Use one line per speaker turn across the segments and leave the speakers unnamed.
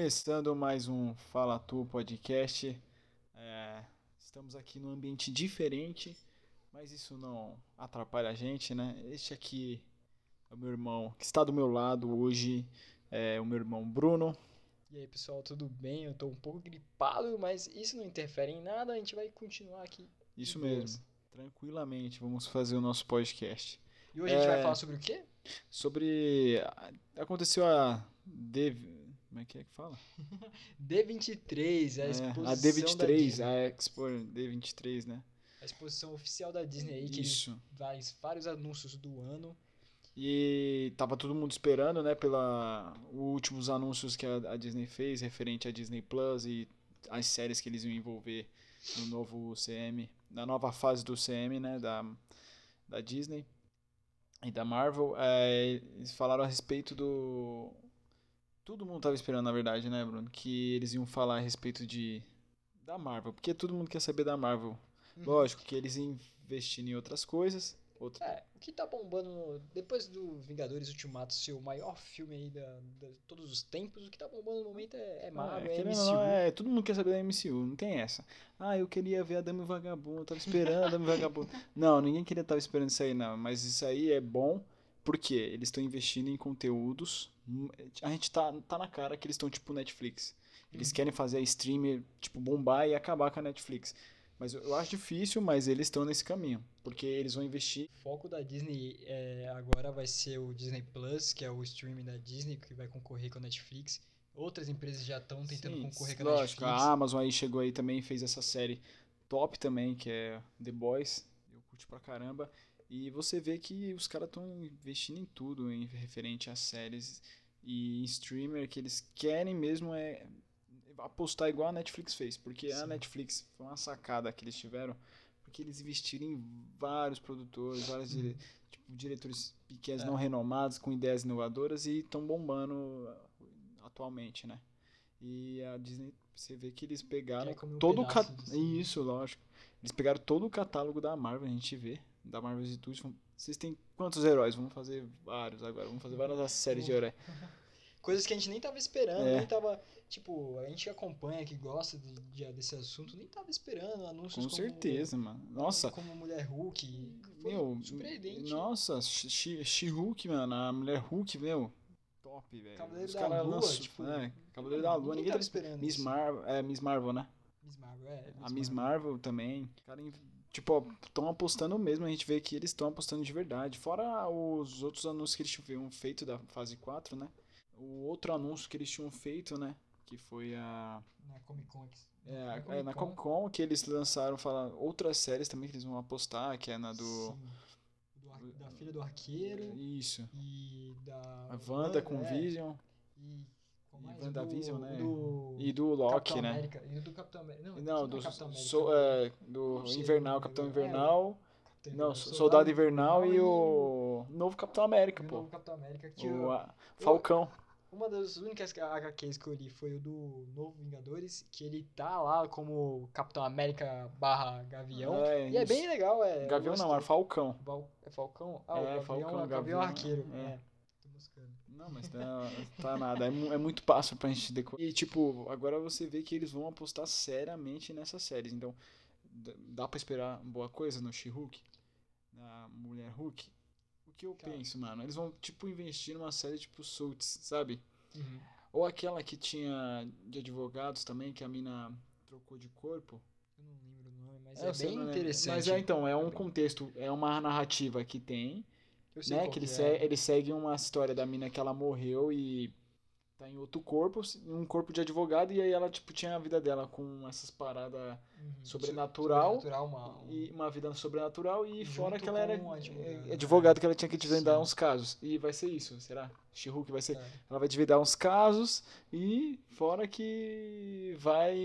Começando mais um Fala Tu podcast. É, estamos aqui num ambiente diferente, mas isso não atrapalha a gente, né? Este aqui é o meu irmão que está do meu lado hoje, é o meu irmão Bruno.
E aí pessoal, tudo bem? Eu tô um pouco gripado, mas isso não interfere em nada, a gente vai continuar aqui.
Isso
de boas.
mesmo. Tranquilamente, vamos fazer o nosso podcast.
E hoje a gente vai falar sobre o quê?
Sobre. a- Aconteceu a. Dev... Como é que é que fala?
D23, a
É,
exposição.
a
da
D23,
Disney,
a Expo D23, né?
a exposição oficial da Disney aí, que
Isso.
faz vários anúncios do ano.
E tava todo mundo esperando, né, pela os últimos anúncios que a, a Disney fez referente à Disney Plus e as séries que eles iam envolver no novo CM, na nova fase do CM, né, da, da Disney e da Marvel. É, eles falaram a respeito do. Todo mundo tava esperando, na verdade, né, Bruno, que eles iam falar a respeito de da Marvel, porque todo mundo quer saber da Marvel. Lógico que eles investindo em outras coisas, outra,
É, o que tá bombando no- depois do Vingadores Ultimato ser o maior filme aí da, da- todos os tempos, o que tá bombando no momento é, é
Ah,
Marvel, é,
querendo ou
MCU.
não, é, todo mundo quer saber da MCU, não tem essa. Ah, eu queria ver a Dama e o Vagabundo, eu tava esperando a Dama e o Vagabundo. Não, ninguém queria tava esperando isso aí, não. Mas isso aí é bom, porque eles estão investindo em conteúdos. hum, A gente tá, tá na cara que eles estão tipo Netflix. Eles querem fazer a streamer, tipo, bombar e acabar com a Netflix. Mas eu, eu acho difícil, mas eles estão nesse caminho. Porque eles vão investir.
O foco da Disney é, agora vai ser o Disney Plus, que é o streaming da Disney, que vai concorrer com a Netflix. Outras empresas já estão um tentando
Sim,
concorrer com a
lógico, ah,
Netflix.
a Amazon aí chegou aí também fez essa série top também, que é The Boys. Eu curti pra caramba. E você vê que os caras estão investindo em tudo em referente às séries e em streamer que eles querem mesmo é apostar igual a Netflix fez, porque a
Sim.
Netflix foi uma sacada que eles tiveram, porque eles investiram em vários produtores, vários
Uhum.
dire- tipo, diretores
É.
pequenos não renomados com ideias inovadoras e estão bombando atualmente, né? E a Disney, você vê que eles pegaram
Quer comer um
todo o
pedaço
cat...
disso, né?
Isso, lógico. Eles pegaram todo o catálogo da Marvel, a gente vê. Da Marvel Studios. Vocês têm quantos heróis? Vamos fazer vários agora. Vamos fazer várias séries de heróis.
Coisas que a gente nem tava esperando,
É.
nem tava. Tipo, a gente que acompanha, que gosta de- de- desse assunto, nem tava esperando anúncios
Com
como-
certeza, mano. Nossa.
Como Mulher Hulk. Foi
Meu,
surpreendente.
nossa, She- She- She-Hulk, mano, a mulher Hulk, meu, top, velho.
Cavaleiro
Os
da
caras
Lua,
lançou-
tipo,
é, Cavaleiro da Lua, ninguém tava
esperando.
Miss
isso.
Marvel, é, Miss Marvel, né?
Miss Marvel, é.
A Miss Marvel também. Cara, em- tipo, estão apostando mesmo, a gente vê que eles estão apostando de verdade. Fora os outros anúncios que eles tinham um feito da fase 4, né? O outro anúncio que eles tinham feito, né? Que foi a.
Na Comic Con.
É, a- é, na Comic Con que eles lançaram falar outras séries também que eles vão apostar, que é na do.
Sim. Do ar- da filha do arqueiro.
Isso.
E da.
A Wanda com
é,
Vision.
E. qual
e
mais?
WandaVision,
do,
né?
Do
E do Loki,
Capitão
né?
América. E do Capitão América. Não,
Não,
do
do,
Capitão América. né?
so- é, do
Não sei,
Invernal,
não
Capitão
lembro. É,
Invernal.
Capitão
Não,
América,
so- Soldado Invernal e o novo Capitão América,
e o
pô.
novo Capitão América. Que
O
eu-
a- Falcão.
uma das únicas HQs que eu li foi o do Novo Vingadores, que ele tá lá como Capitão América barra Gavião.
É,
e é bem legal, é. eu
Gavião não, é
gostei.
Falcão.
Val- é Falcão? Ah,
É,
o Gavião,
Falcão,
Gavião,
Gavião,
Arqueiro.
é.
É. Tô buscando.
Não, mas tá, tá nada. É, mu- é muito passo pra gente decorar. E, tipo, agora você vê que eles vão apostar seriamente nessas séries. Então, d- dá pra esperar boa coisa no She-Hulk? Na Mulher Hulk? O que eu
Cara.
penso, mano? Eles vão, tipo, investir numa série tipo Suits, sabe? Ou aquela que tinha de advogados também, que a mina trocou de corpo.
Eu não lembro o nome, mas
É,
é,
eu sei,
bem
não lembro.
interessante.
Mas é, então, é um contexto, é uma narrativa que tem.
Eu sei
né?
qual
Que ele,
é.
se- ele segue uma história da mina que ela morreu e tá em outro corpo, em um corpo de advogado, e aí ela, tipo, tinha a vida dela com essas paradas
Uhum.
é sobrenatural
Sobrenatural, uma- um-
e uma vida sobrenatural e
Junto
fora que ela era
com um advogado,
eh, advogado que ela tinha que desvendar
Sim.
uns casos. E vai ser isso, será? She-Hulk vai ser.
é.
Ela vai desvendar uns casos e fora que vai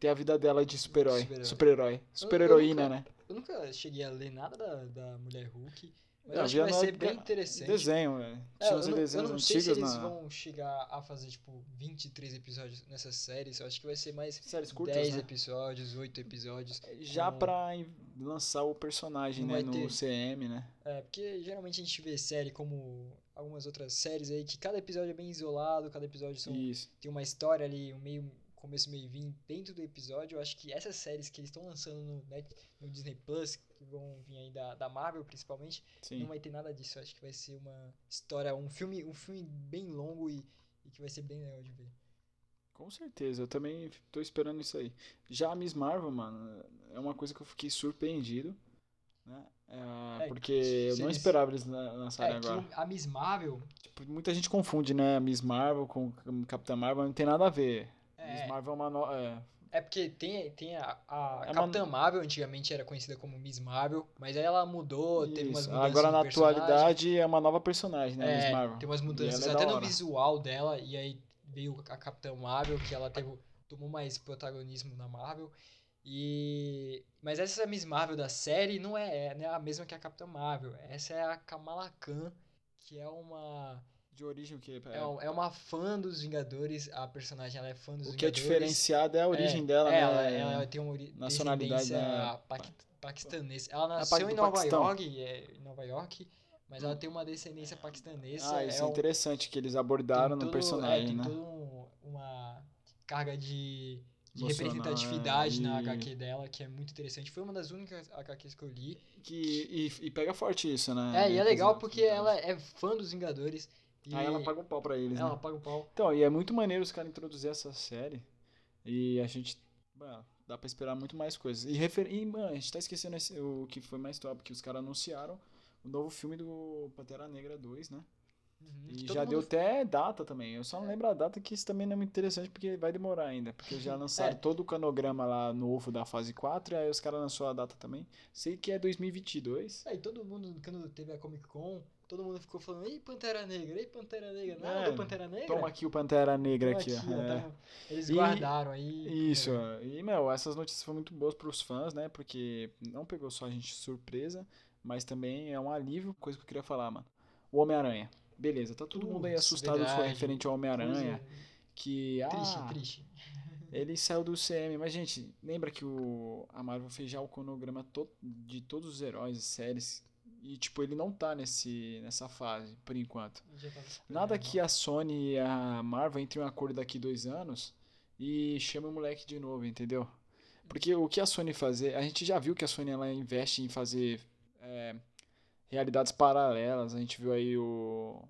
ter a vida dela de super-herói.
Super-herói.
Super-herói.
eu
Super-heroína, né?
Eu nunca cheguei a ler nada da, da Mulher Hulk, mas
Eu
eu acho
vi
que vai
na-
ser bem
da-
interessante.
Desenho, é.
É,
Tinha
eu,
uns
não, eu
desenhos
não sei se
antigos
eles
na.
vão chegar a fazer, tipo, 23 episódios nessa série. Eu acho que vai ser mais
Séries curtas,
10
né?
episódios, 8 episódios.
Já
com-
pra em- lançar o personagem,
Não
né?
vai
No
ter.
CM, né?
É, porque geralmente a gente vê série como algumas outras séries aí, que cada episódio é bem isolado, cada episódio são,
Isso.
tem uma história ali, um meio, começo, meio e fim dentro do episódio. Eu acho que essas séries que eles estão lançando no, Net, no Disney Plus, que vão vir aí da, da Marvel principalmente, não
Sim.
vai ter nada disso. Eu acho que vai ser uma história, um filme, um filme bem longo e, e que vai ser bem legal de ver.
Com certeza, eu também tô esperando isso aí. Já a Miss Marvel, mano, é uma coisa que eu fiquei surpreendido, né? É,
É,
porque eu
se
não
eles-
esperava eles na-
É,
lançarem
que
agora.
o- a Miss Marvel,
Tipo, muita gente confunde, né? Miss Marvel com Capitã Marvel, mas não tem nada a ver. Miss
é,
Marvel é uma no... é,
É porque tem, tem a, a
É uma-
Capitã Marvel, antigamente era conhecida como Miss Marvel, mas aí ela mudou, teve umas
Isso.
mudanças
Agora,
no
na
personagem.
atualidade, é uma nova personagem, né? Miss
É,
Marvel.
tem umas
E
mudanças
ela é da
até no
hora.
visual dela, e aí veio a Capitã Marvel, que ela teve, tomou mais protagonismo na Marvel. E... Mas essa Miss Marvel da série não é, não é a mesma que a Capitã Marvel. Essa é a Kamala Khan, que é uma,
De origem, o que?
é, um- é uma fã dos Vingadores. A personagem ela é fã dos
O
Vingadores.
que é diferenciado é a origem dela,
É,
né?
ela, ela tem uma ori-
nacionalidade né?
descendência
da-
paqui- paquistanesa. Ela
pa-
nasceu
do
em Nova
Paquistão.
York, é, em Nova York, mas ela tem uma descendência paquistanesa.
Ah, isso
é
é
um-
interessante que eles
tem
abordaram
todo-
no
é,
personagem,
tem
né?
toda um- uma carga de, de
Emocional,
representatividade na
e-
HQ dela, que é muito interessante. Foi uma das únicas HQs que eu li.
Que, e, e pega forte isso, né?
É, e é legal
Representatividade.
porque ela é fã dos Vingadores. E
Aí ela paga um pau pra eles,
ela
né?
paga o pau.
Então, e é muito maneiro os caras introduzir essa série. E a gente. bah, dá pra esperar muito mais coisas. E, refer... e mano, a gente tá esquecendo esse- o que foi mais top, que os caras anunciaram o novo filme do Pantera Negra 2, né?
Uhum, que
E
todo
já
mundo É.
deu até data também. Eu só não lembro a data, que isso também não é muito interessante, porque vai demorar ainda. Porque já lançaram
É.
todo o cronograma lá novo da fase 4, aí os caras lançaram a data também. Sei que é 2022.
Aí é, todo mundo, quando teve a Comic Con, todo mundo ficou falando, ei, Pantera Negra, ei, Pantera Negra, nada,
É,
Pantera Negra.
Toma aqui o Pantera Negra
Toma
aqui, ó.
ó,
É.
tá- Eles
E-
guardaram aí. é,
Isso, é. e meu, essas notícias foram muito boas pros fãs, né? Porque não pegou só a gente de surpresa, mas também é um alívio, coisa que eu queria falar, mano. O Homem-Aranha. Beleza, tá todo mundo aí
Putz,
assustado foi
verdade. é.
referente ao Homem-Aranha. Que. Ah,
Triste, triste.
Ele saiu do CM, mas gente, lembra que o a Marvel fez já o cronograma to- de todos os heróis e séries e tipo ele não tá nesse nessa fase por enquanto.
Já tá tava esperando,
Nada
ó.
que a Sony e a Marvel entrem em um acordo daqui dois anos e chame o moleque de novo, entendeu? Porque o que a Sony fazer, a gente já viu que a Sony ela investe em fazer é, realidades paralelas. A gente viu aí o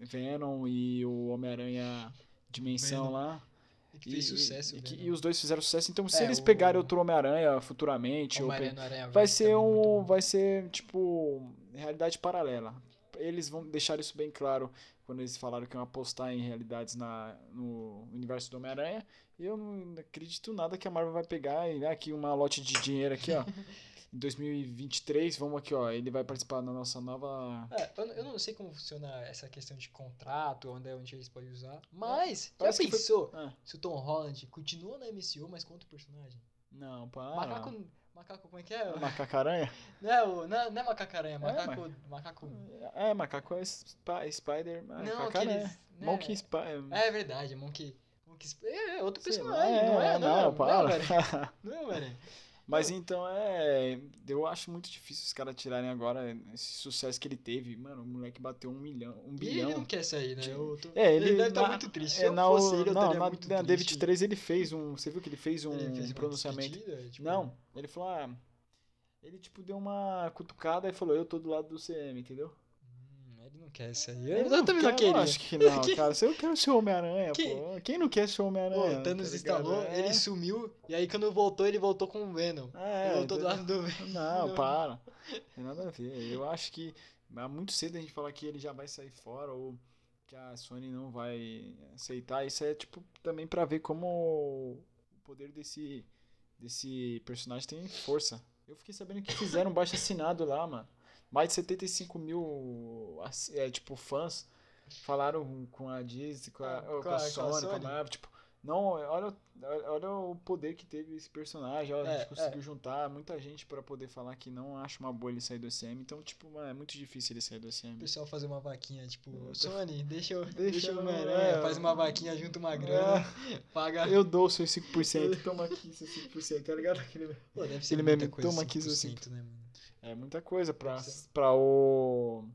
Venom e o Homem-Aranha Dimensão
Venom.
lá.
E que fez
E- e-
sucesso. né,
E, que-
velho.
e os dois fizeram sucesso. Então, se
É,
eles
o-
pegarem outro Homem-Aranha futuramente, ou
Homem-Aranha
pe-
no Aranha
vai
Verso
ser
também é muito
um.
bom.
Vai ser, tipo, realidade paralela. Eles vão deixar isso bem claro quando eles falaram que iam apostar em realidades na, no universo do Homem-Aranha. E eu não acredito nada que a Marvel vai pegar e ah, aqui uma lote de dinheiro aqui, ó. Em 2023, vamos aqui, ó. Ele vai participar da nossa nova.
É, eu, eu não sei como funciona essa questão de contrato, onde, é- onde eles podem usar, mas já
É, parece que foi-
pensou
Ah,
se o Tom Holland continua na MCU, mas com outro personagem?
não, para.
Macaco, macaco, como é que é?
Macacaranha?
Não é, o, não, é- não é macacaranha, é macaco, macaco...
É, macaco é spa, Spider.
Não,
Macacaranha.
aqueles... né?
Monkey Spy.
É verdade, é Monkey... Monkey Sp- é, é outro
sei
personagem,
lá,
não é? Não,
Não, para.
Não, velho. Não, é, velho.
Mas então é. Eu acho muito difícil os caras tirarem agora esse sucesso que ele teve. Mano, o moleque bateu um milhão, um
E ele não
bilhão.
quer sair, né?
De-
Eu tô-
É,
ele,
ele
deve estar
na-
muito triste. Se
É,
eu
na,
fosse ele, eu
não,
estaria
na,
muito
na
triste.
David 3 ele fez um. Você viu que ele fez um
Ele fez uma
pronunciamento?
despedida, tipo,
Não, ele falou. Ah, ele tipo deu uma cutucada e falou: Eu tô do lado do CM, entendeu?
hum, ele não quer sair. Eu,
não
eu também
quero,
não
eu
queria.
acho que não,
Que-
cara. Se eu quero ser o Homem-Aranha,
Que-
pô. Quem não quer ser o
Pô,
Homem-Aranha?
o Thanos
tá ligado?
instalou,
É.
ele sumiu, e aí quando voltou, ele voltou com o Venom.
É,
ele voltou do
entendeu?
lado do Venom.
Não,
Não.
para. Tem nada a ver. Eu acho que é muito cedo a gente falar que ele já vai sair fora ou que a Sony não vai aceitar. Isso é tipo também pra ver como o poder desse desse personagem tem força. Eu fiquei sabendo que fizeram um baixo assinado lá, mano. Mais de 75 mil assi- é, tipo, fãs falaram com a Disney, com a,
Ah,
com a Sony, com a
Sony.
Marvel, tipo, não, olha, olha o poder que teve esse personagem. Olha, a
É,
gente conseguiu juntar muita gente pra poder falar que não acha uma boa ele sair do SM. Então, tipo, mano, é muito difícil ele sair do SM.
O pessoal fazer uma vaquinha, tipo,
Eu tô-
Sony, deixa eu,
Deixa
deixa eu
eu-
Homem-Aranha,
é.
faz uma vaquinha, junta uma grana, paga.
Eu dou seus 5%, toma aqui seus 5%, tá ligado? Aquele-
Pô, deve ser
Ele
muita
mesmo, assim.
coisa
toma aqui seu
5%, né, mano?
É muita coisa pra,
Deve ser.
pra o.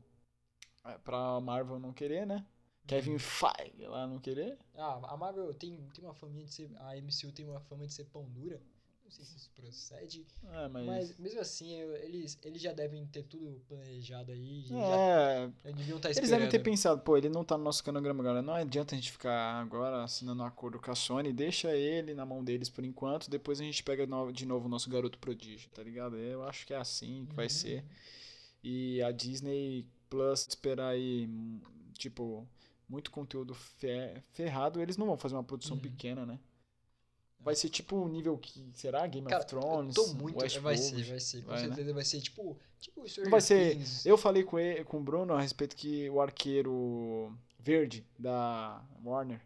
É, pra Marvel não querer, né? Kevin Feige lá não querer.
Ah, a Marvel tem, tem uma fama de ser. A MCU tem uma fama de ser pão dura. Não sei se isso procede.
É, mas.
Mas mesmo assim, eu- eles, eles já devem ter tudo planejado aí. e Já,
é,
já deviam estar
eles
esperando.
devem ter pensado, pô, ele não tá no nosso cronograma, galera. Não adianta a gente ficar agora assinando um acordo com a Sony, deixa ele na mão deles por enquanto, depois a gente pega no- de novo o nosso garoto prodígio, tá ligado? Eu acho que é assim que vai
Uhum.
ser. E a Disney Plus esperar aí, hum, tipo, muito conteúdo fe- ferrado, eles não vão fazer uma produção
Uhum.
pequena, né? Vai ser tipo o nível que. Será? Game
Cara,
of Thrones?
eu tô muito. vai ser,
Westworld?
vai ser. Com
Vai, né?
certeza vai ser tipo. Tipo o Stranger
Vai ser-
Things.
Eu falei com, ele, com o Bruno a respeito que o arqueiro verde da Warner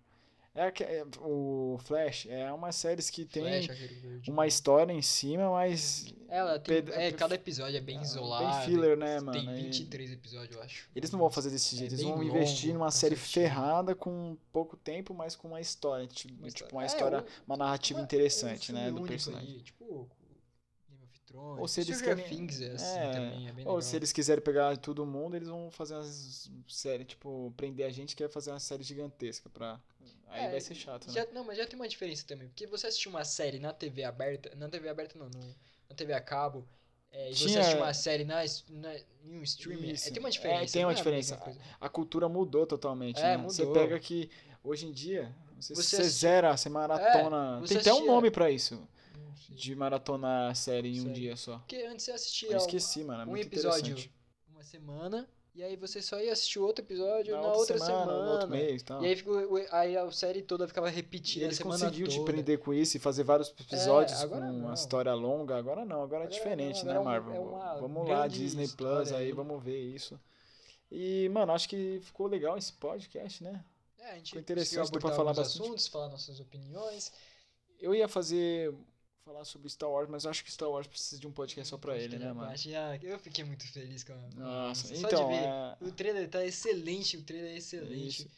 é, aque- é o Flash é uma série que tem
Flash, Arqueiro Verde.
uma história em cima, mas
Ela tem.
ped-
É, cada episódio é bem
é,
isolado.
bem filler, né, mano?
Tem
E
23 episódios, eu acho.
Eles não vão fazer desse
É
jeito, eles
bem
vão
longo,
investir numa série
cansativo.
ferrada com pouco tempo, mas com uma história, tipo,
Uma
tipo,
história-
uma
é,
história,
ou-
uma narrativa
Uma-
interessante,
um
né,
filme
do
único
personagem.
ali, tipo, o Game of Thrones.
Ou se eles
Stranger
querem-
Things é assim
é,
também, é bem
Ou
legal.
se eles quiserem pegar todo mundo, eles vão fazer umas séries, tipo, prender a gente que vai fazer uma série gigantesca pra... Aí
É,
vai ser chato, né?
Já- não, mas já tem uma diferença também, porque você assistir uma série na TV aberta, na TV aberta não, no- na TV a cabo, é, e você
Tinha-
assistir uma série na, na, em um streaming, é,
Isso.
tem uma
É,
diferença.
tem uma
não é a mesma
diferença.
coisa.
a cultura mudou totalmente,
É,
né?
mudou.
Você pega que hoje em dia, você,
Você
você
assisti-
zera, você maratona.
você
tem até um
assistia-
nome pra isso,
Não sei.
de maratonar a série em um
Série.
dia só.
Porque antes você assistia
Eu
um-
esqueci, mano, é
um
muito
episódio
interessante.
uma semana, e aí você só ia assistir outro episódio
Na
na outra
semana, no outro
semana.
mês, e tal.
E aí, ficou, aí a série toda ficava repetida a
ele
semana
conseguiu te
toda. É,
prender com isso e fazer vários episódios com
agora
uma
não.
história longa. Agora não, agora é
Agora
diferente,
não,
né,
agora é um-
Marvel?
é uma
vamos lá,
grande
Disney Plus,
história
aí
aí.
vamos ver isso. E, mano, acho que ficou legal esse podcast, né?
É, a gente
Ficou interessante,
conseguiu
deu pra
abordar
falar
alguns
bastante.
assuntos, falar nossas opiniões.
Eu ia fazer. falar sobre Star Wars, mas eu acho que Star Wars precisa de um podcast só pra
Acho
ele,
que
né,
já
mano?
bate. Ah, Eu fiquei muito feliz com a com a
Nossa,
nossa,
então.
Só de ver.
é-
O trailer tá excelente, o trailer é excelente.
Isso.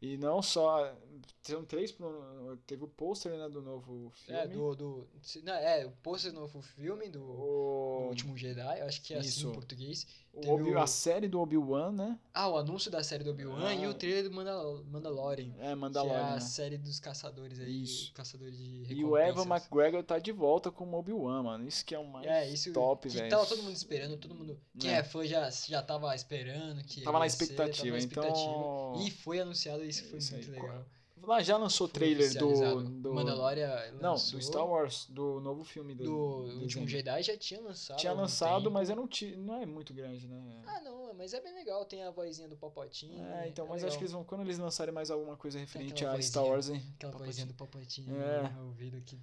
E não só. São três. pro- Teve o pôster né, do novo filme.
É, do, do, não, é, o pôster do novo filme do, do
O,
Último Jedi, eu acho que é assim
Hum. Isso.
em português.
o
teve
Obi-
o-
A série do Obi-Wan, né?
Ah, o anúncio da série do Obi-Wan
Ah.
e o trailer do Mandal Mandalorian.
É,
Que é a
Mandalorian. né?
série dos caçadores aí,
Isso.
caçadores de recompensas.
E o Evan McGregor tá de volta com o Obi-Wan, mano. Isso que é o mais
É, isso
top,
que
velho.
tava todo mundo esperando, todo mundo. Quem
É.
é, fã já, já tava esperando que.
Tava na
ia ser,
expectativa, então.
E foi anunciado isso, foi
Isso aí,
muito
co-
legal.
Lá já lançou o
Foi
trailer do.
oficializado.
do...
Mandalorian
Não,
lançou,
do Star Wars, do novo filme do.
Do
do Disney.
Último Jedi já tinha lançado.
Tinha
há algum
lançado,
tempo.
mas eu não, ti... não é muito grande, né?
Ah, não, mas é bem legal. Tem a vozinha do Papotinho.
É, então, mas acho que eles vão. Quando eles lançarem mais alguma coisa referente
aquela
a Star
vozinha,
Wars, hein?
Aquela
Papo
vozinha
assim.
do Papotinho
É.
no meu ouvido que.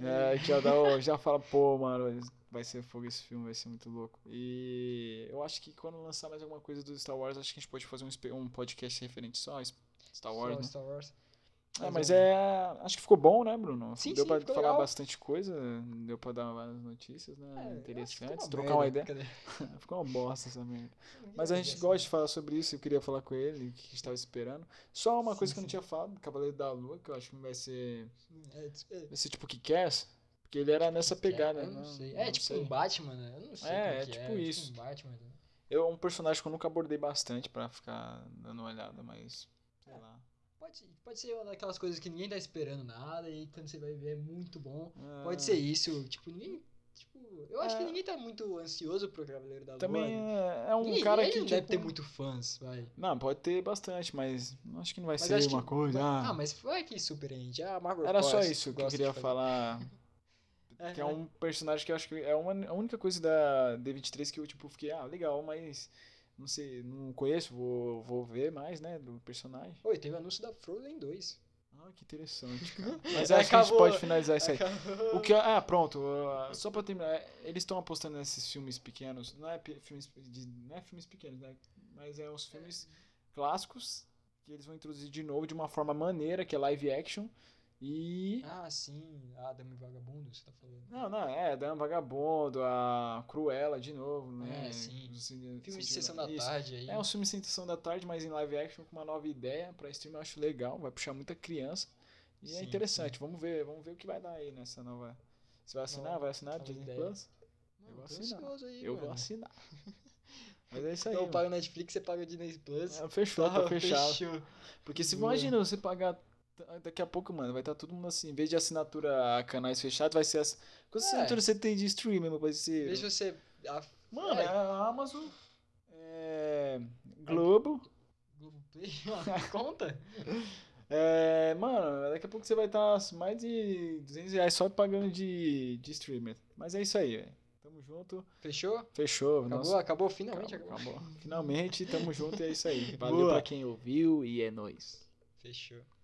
É, que já, dá, o- já fala, pô, mano, vai ser fogo esse filme, vai ser muito louco. E eu acho que quando lançar mais alguma coisa do Star Wars, acho que a gente pode fazer um, espe- um podcast referente só a es- Star Wars,
Só
né?
Star Wars.
É, mas é. Acho que ficou bom, né, Bruno?
Sim,
deu
sim,
pra
ficou
falar
legal.
bastante coisa, deu pra dar várias notícias,
É, eu acho
né?
que
Interessantes,
ficou
trocar uma
merda,
ideia.
brincadeira.
ficou uma bosta essa merda.
Ninguém
Mas a
vai
gente
ver
gosta de falar sobre isso, eu queria falar com ele, que estava esperando. Só uma coisa que eu não tinha falado, Cavaleiro da Lua, que eu acho que vai ser.
essa- É, é,
Vai ser tipo que Porque ele era nessa pegada,
eu
né?
não sei. É tipo
sei.
um Batman, né? Eu não sei.
É,
como
é
que
tipo
é, é
isso.
um Batman. né?
Eu, é um personagem que eu nunca abordei bastante pra ficar dando uma olhada, mas. Sei
É.
lá.
Pode, pode ser uma daquelas coisas que ninguém tá esperando nada e quando você vai ver é muito bom.
Ah,
Pode ser isso, tipo, ninguém. Tipo, eu acho
É.
que ninguém tá muito ansioso pro Cavaleiro da Lua.
Também
né?
é, é um
Ninguém-
cara
ele
que.
não deve
tipo,
ter muito fãs, vai.
Não, pode ter bastante, mas acho que não vai
Mas
ser
acho que-
uma coisa.
Ah,
ah,
mas foi que surpreende. Ah, Marvel
era só
gosta-
isso que eu
gosta de
queria
fazer.
falar.
É,
Que é um personagem que eu acho que é uma, a única coisa da D23 que eu, tipo, fiquei, ah, legal, mas não sei, não conheço, vou, vou ver mais, né, do personagem.
Oi, teve o anúncio da Frozen 2.
Ah, que interessante, cara. Mas acho que a gente
Acabou.
pode finalizar É isso aí.
Acabou.
O que, ah, pronto. ah, Só pra terminar, eles estão apostando nesses filmes pequenos. Não é, pe- filmes, pe- de- não é filmes pequenos, né? Mas é uns filmes clássicos que eles vão introduzir de novo de uma forma maneira, que é live action. E.
Ah, sim. Ah, Dami Vagabundo, você tá falando.
Não, não, é, Dan Vagabundo, a Cruella de novo, né?
É, sim.
Os cine-
Filme de
cine-
sessão da
isso.
tarde aí.
É um filme de sessão da tarde, mas em live action com uma nova ideia pra stream, eu acho legal, vai puxar muita criança. E é
Sim,
interessante, vamos ver, vamos ver o que vai dar aí nessa nova. Você vai assinar?
Nova-
vai assinar
nova
Disney
ideia.
Plus?
Mano,
eu
tô
vou assinar.
ansioso aí,
Eu vou
mano.
assinar. Mas é isso aí.
Eu
mano.
pago Netflix, você paga o Disney Plus.
Ah, fechou, tá
Ah,
fechado.
fechou.
Porque se
Boa.
imagina você pagar. da- Daqui a pouco, mano, vai estar todo mundo assim. Em vez de assinatura a canais fechados, vai ser. As... Qual
É.
assinatura você tem de streaming, meu parceiro?
Deixa você. A
Mano,
É.
é a Amazon. É. Globo.
Globoplay, mano, conta?
É. Mano, daqui a pouco você vai estar mais de 200 reais só pagando de, de streamer. Mas é isso aí, velho. Tamo junto.
Fechou?
Fechou.
Acabou?
nosso-
Acabou? Finalmente
acabou,
acabou.
acabou. Finalmente, tamo junto e é isso aí. Valeu
Boa.
pra quem ouviu e é nóis.
Fechou.